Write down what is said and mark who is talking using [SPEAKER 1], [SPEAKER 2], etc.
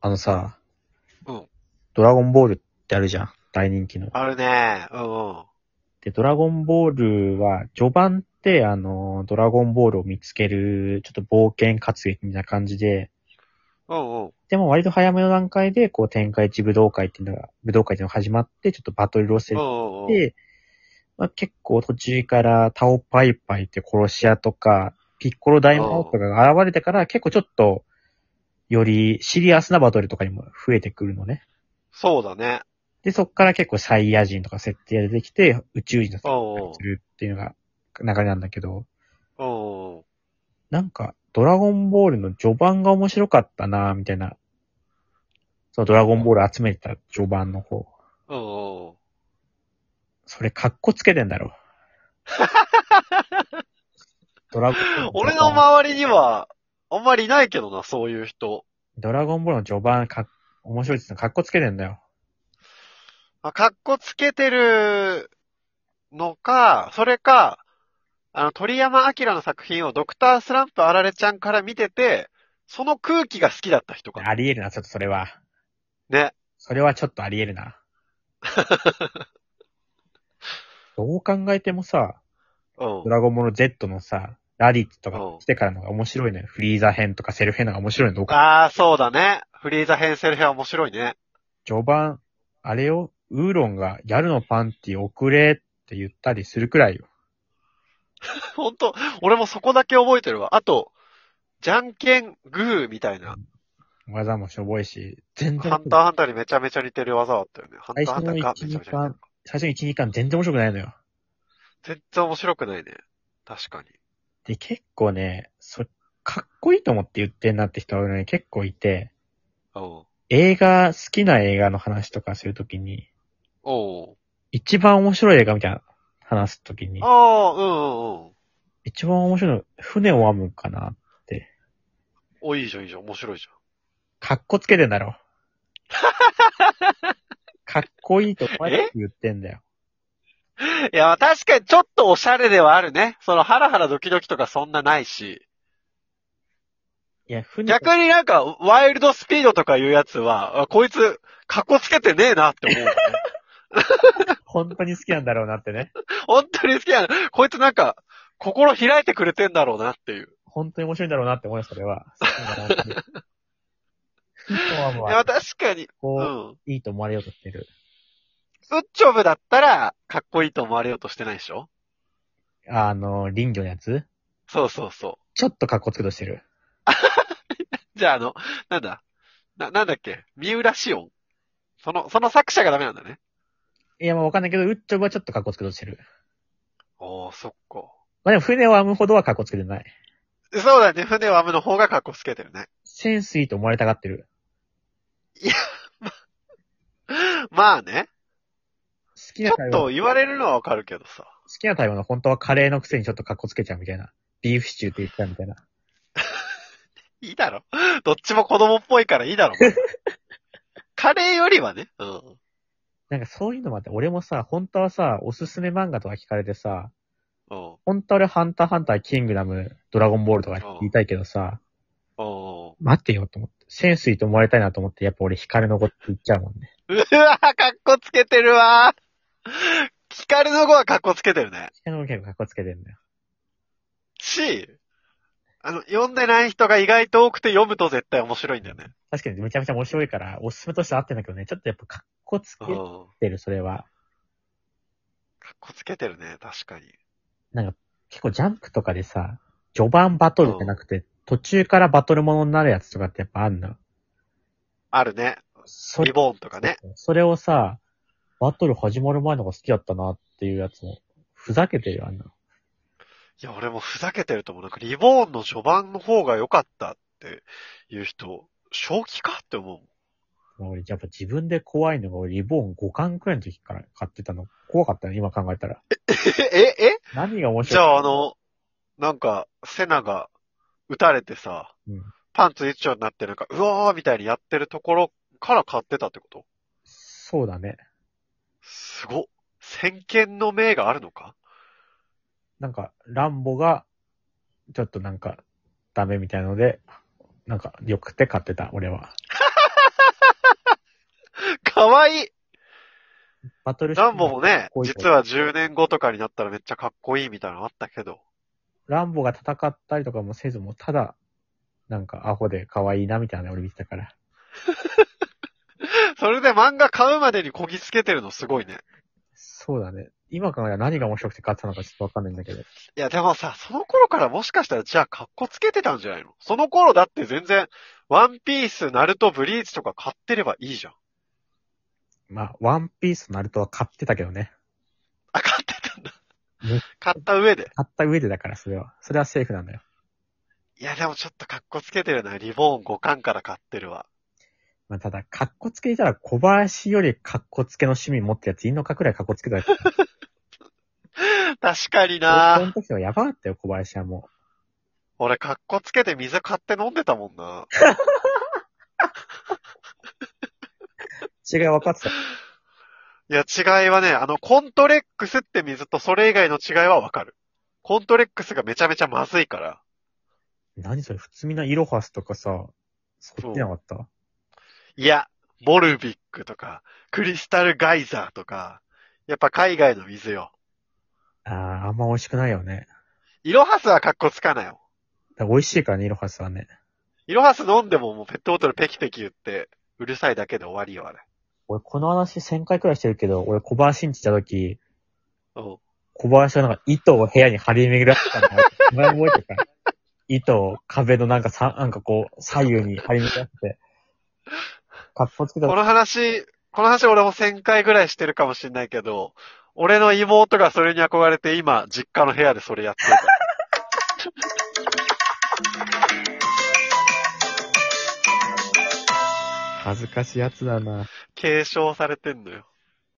[SPEAKER 1] あのさ、
[SPEAKER 2] うん。
[SPEAKER 1] ドラゴンボールってあるじゃん。大人気の。
[SPEAKER 2] あるね。うんうん。
[SPEAKER 1] で、ドラゴンボールは、序盤って、あの、ドラゴンボールを見つける、ちょっと冒険活劇みたいな感じで、
[SPEAKER 2] うんうん。
[SPEAKER 1] でも割と早めの段階で、こう、天下一武道会っていうのが、武道会っていうのが始まって、ちょっとバトル路
[SPEAKER 2] う
[SPEAKER 1] 線
[SPEAKER 2] んうんうん。
[SPEAKER 1] で、まあ、結構途中からタオパイパイって殺し屋とか、ピッコロ大魔王とかが現れてから、結構ちょっと、よりシリアスなバトルとかにも増えてくるのね。
[SPEAKER 2] そうだね。
[SPEAKER 1] で、そっから結構サイヤ人とか設定が出てきて、宇宙人と
[SPEAKER 2] う
[SPEAKER 1] 戦
[SPEAKER 2] んうん
[SPEAKER 1] いするっていうのが流れなんだけど、
[SPEAKER 2] うんうん。
[SPEAKER 1] なんか、ドラゴンボールの序盤が面白かったなぁみたいな。そう、ドラゴンボール集めてた序盤の方。
[SPEAKER 2] うんうん。
[SPEAKER 1] それ、カッコつけてんだろ。ドラゴンボール
[SPEAKER 2] 俺の周りには、あんまりいないけどな、そういう人。
[SPEAKER 1] ドラゴンボールの序盤、かっ面白いって言ったのカッコつけてんだよ。
[SPEAKER 2] まあ、かっこつけてるのか、それか、あの、鳥山明の作品をドクタースランプあられちゃんから見てて、その空気が好きだった人か。
[SPEAKER 1] あり得るな、ちょっとそれは。
[SPEAKER 2] ね。
[SPEAKER 1] それはちょっとあり得る な。どう考えてもさ、
[SPEAKER 2] うん
[SPEAKER 1] ド。ラゴンボール Z のさ、ラディッツとか来てからのが面白いのよ。フリーザ編とかセルフ編のが面白いのどうか。
[SPEAKER 2] ああ、そうだね。フリーザ編セルフは面白いね。
[SPEAKER 1] 序盤、あれよ、ウーロンがギャルのパンティ送れって言ったりするくらいよ。
[SPEAKER 2] ほんと、俺もそこだけ覚えてるわ。あと、じゃんけんグーみたいな。
[SPEAKER 1] 技もしょぼいし、全然
[SPEAKER 2] ハ、ンターハンターにめちゃめちゃ似てる技だったよね。ハンタ
[SPEAKER 1] 最
[SPEAKER 2] ーハ
[SPEAKER 1] 初
[SPEAKER 2] ンタ
[SPEAKER 1] の
[SPEAKER 2] ー
[SPEAKER 1] 1、
[SPEAKER 2] がめ
[SPEAKER 1] 2
[SPEAKER 2] ちゃめちゃ似てる
[SPEAKER 1] 巻、最初の1、2巻全然面白くないのよ。
[SPEAKER 2] 全然面白くないね。確かに。
[SPEAKER 1] で、結構ね、そ、かっこいいと思って言ってんなって人がね、結構いて、
[SPEAKER 2] うん。
[SPEAKER 1] 映画、好きな映画の話とかするときに、
[SPEAKER 2] おう。
[SPEAKER 1] 一番面白い映画みたいな話すときに、
[SPEAKER 2] ああ、うんうんうん。
[SPEAKER 1] 一番面白いの、船を編むかな。
[SPEAKER 2] お、いいじゃんいいじゃん。面白いじ
[SPEAKER 1] かっこつけてんだろ。 かっこいいと怖いって言ってんだよ。
[SPEAKER 2] ゃん。いや、確かにちょっとおしゃれではあるね。そのハラハラドキドキとかそんなないし。
[SPEAKER 1] いや、船を、
[SPEAKER 2] 逆になんか、ワイルドスピードとかいうやつは、あこいつ、格好つけてねえなって思うよね。
[SPEAKER 1] 本当に好きなんだろうなってね。
[SPEAKER 2] 本当に好きやな。こいつなんか、心開いてくれてんだろうなっていう。
[SPEAKER 1] 本当に面白いんだろうなって思います、それ は。好きなんだなって船を編む
[SPEAKER 2] いや、
[SPEAKER 1] は、
[SPEAKER 2] 確かに。う
[SPEAKER 1] こ
[SPEAKER 2] ん。
[SPEAKER 1] う、いいと思われようとしてる。
[SPEAKER 2] ウッチョブだったら、かっこいいと思われようとしてないでしょ
[SPEAKER 1] あの、林業のやつ
[SPEAKER 2] そうそうそ
[SPEAKER 1] ちょっと格好つけとしてる。
[SPEAKER 2] う。じゃあ、あの、なんだな、なんだっけ三浦紫音その、その作者がダメなんだね。
[SPEAKER 1] いや、まあわかんないけど、ウッチョブはちょっと格好つけとしてる。
[SPEAKER 2] おー、そっか。
[SPEAKER 1] まあでも船を編むほどは格好つけてない。
[SPEAKER 2] そうだね。船を編むの方がかっこつけてるね。
[SPEAKER 1] センスいいと思われたがってる。
[SPEAKER 2] まあね。
[SPEAKER 1] 好き
[SPEAKER 2] ち
[SPEAKER 1] な
[SPEAKER 2] ょ
[SPEAKER 1] 食べ
[SPEAKER 2] っ
[SPEAKER 1] 物、
[SPEAKER 2] と
[SPEAKER 1] 好
[SPEAKER 2] 言われるのはわかるけどさ。
[SPEAKER 1] きな食べ物、本当はカレーのくせにちょっと格好つけちゃうみたいな。ビーフシチューって言ってたみたいな。
[SPEAKER 2] いいだろ。どっちも子供っぽいからいいだろ。 カレーよりはね。うん。
[SPEAKER 1] なんかそういうのもあって、俺もさ、本当はさ、おすすめ漫画とか聞かれてさ、
[SPEAKER 2] うん。
[SPEAKER 1] 本当は俺ハンターハンター、キングダム、ドラゴンボールとか言いたいけどさ、
[SPEAKER 2] うん。
[SPEAKER 1] 待ってよと思って、センスいいと思われたいなと思って、やっぱ俺光の子って言っちゃうもんね。
[SPEAKER 2] うわぁ、かっこつけてるわー。ヒカルの子はかっこつけてるね。
[SPEAKER 1] 光の子結構格好つけてんだよ。
[SPEAKER 2] し、あの、読んでない人が意外と多くて読むと絶対面白いんだよね。
[SPEAKER 1] 確かにめちゃめちゃ面白いから、おすすめとしては合ってんだけどね、ちょっとやっぱ格好つ
[SPEAKER 2] うん。
[SPEAKER 1] け
[SPEAKER 2] か
[SPEAKER 1] てる、それは。
[SPEAKER 2] っこつけてるね、確かに。
[SPEAKER 1] 結構ジャンプとかでさ、序盤バトルじゃなくて、途中からバトルものになるやつとかってやっぱあんの。
[SPEAKER 2] あるね。
[SPEAKER 1] そ
[SPEAKER 2] リ
[SPEAKER 1] れ、
[SPEAKER 2] ボーンとかね。
[SPEAKER 1] それをさ、バトル始まる前の方が好きだったなっていうやつも、ふざけてるよ、あんなの。
[SPEAKER 2] いや、俺もふざけてると思う。なんかリボーンの序盤の方が良かったっていう人、正気かって思うもん。
[SPEAKER 1] まあ俺、やっぱ自分で怖いのが、俺リボーン5巻くらいの時から買ってたの。怖かったね、今考えたら。
[SPEAKER 2] え、え、え
[SPEAKER 1] 何が面白い
[SPEAKER 2] じゃああの、なんか、セナが撃たれてさ、
[SPEAKER 1] うん
[SPEAKER 2] パンツ一丁になってなんか、うわーみたいにやってるところから買ってたってこと
[SPEAKER 1] そうだね。
[SPEAKER 2] すごっ。先見の明があるのか
[SPEAKER 1] なんか、ランボが、ちょっとなんか、ダメみたいので、なんか、良くて買ってた、俺は。
[SPEAKER 2] かわいい
[SPEAKER 1] バトルシーン
[SPEAKER 2] ランボもね、実は10年後とかになったらめっちゃかっこいいみたいなのあったけど。
[SPEAKER 1] ランボが戦ったりとかもせず、もうただ、なんかアホで可愛いなみたいなの俺見てたから。
[SPEAKER 2] それで漫画買うまでにこぎつけてるのすごいね。
[SPEAKER 1] そうだね。今考えたら何が面白くて買ってたのかちょっとわかんないんだけど。
[SPEAKER 2] いや、でもさ、その頃からもしかしたらじゃあ格好つけてたんじゃないのその頃だって全然、ワンピース、ナルト、ブリーチとか買ってればいいじゃん。
[SPEAKER 1] まあ、ワンピースとナルトは買ってたけどね。
[SPEAKER 2] あ、買ってたんだ
[SPEAKER 1] ね。
[SPEAKER 2] 買った上で。
[SPEAKER 1] 買った上でだから、それは。それはセーフなんだよ。
[SPEAKER 2] いや、でもちょっと格好つけてるな。リボーン5巻から買ってるわ。
[SPEAKER 1] まあ、ただ、格好つけたら小林より格好つけの趣味持ってるやつ、いんのかくらい格好つけたやつ。
[SPEAKER 2] 確かに
[SPEAKER 1] その
[SPEAKER 2] な
[SPEAKER 1] 時はやばかったよ、小林はも
[SPEAKER 2] 俺格好つけて水買って飲んでたもんな。
[SPEAKER 1] う。違い分かってた。
[SPEAKER 2] いや、違いはね、あの、コントレックスって水とそれ以外の違いはわかる。コントレックスがめちゃめちゃまずいから。
[SPEAKER 1] 何それ、普通みんなイロハスとかさ、そっちなかった
[SPEAKER 2] いや、モルビックとか、クリスタルガイザーとか、やっぱ海外の水よ。
[SPEAKER 1] ああ、あんま美味しくないよね。
[SPEAKER 2] イロハスは格好つかないよ。
[SPEAKER 1] だから美味しいからね、イロハスはね。
[SPEAKER 2] イロハス飲んでももうペットボトルペキペキ言って、うるさいだけで終わりよ、あれ。
[SPEAKER 1] 俺、この話1000回くらいしてるけど、俺、小林んち行った時、
[SPEAKER 2] うん。
[SPEAKER 1] 小林はなんか糸を部屋に張り巡らせたの。お前覚えてるか糸を壁のなんかさ、なんかこう、左右に張り巡らせて、格好つけた
[SPEAKER 2] この話、この話俺も1000回ぐらいしてるかもしんないけど、俺の妹がそれに憧れて今、実家の部屋でそれやってるから。
[SPEAKER 1] 恥ずかしいやつだな。
[SPEAKER 2] 継承されてんのよ。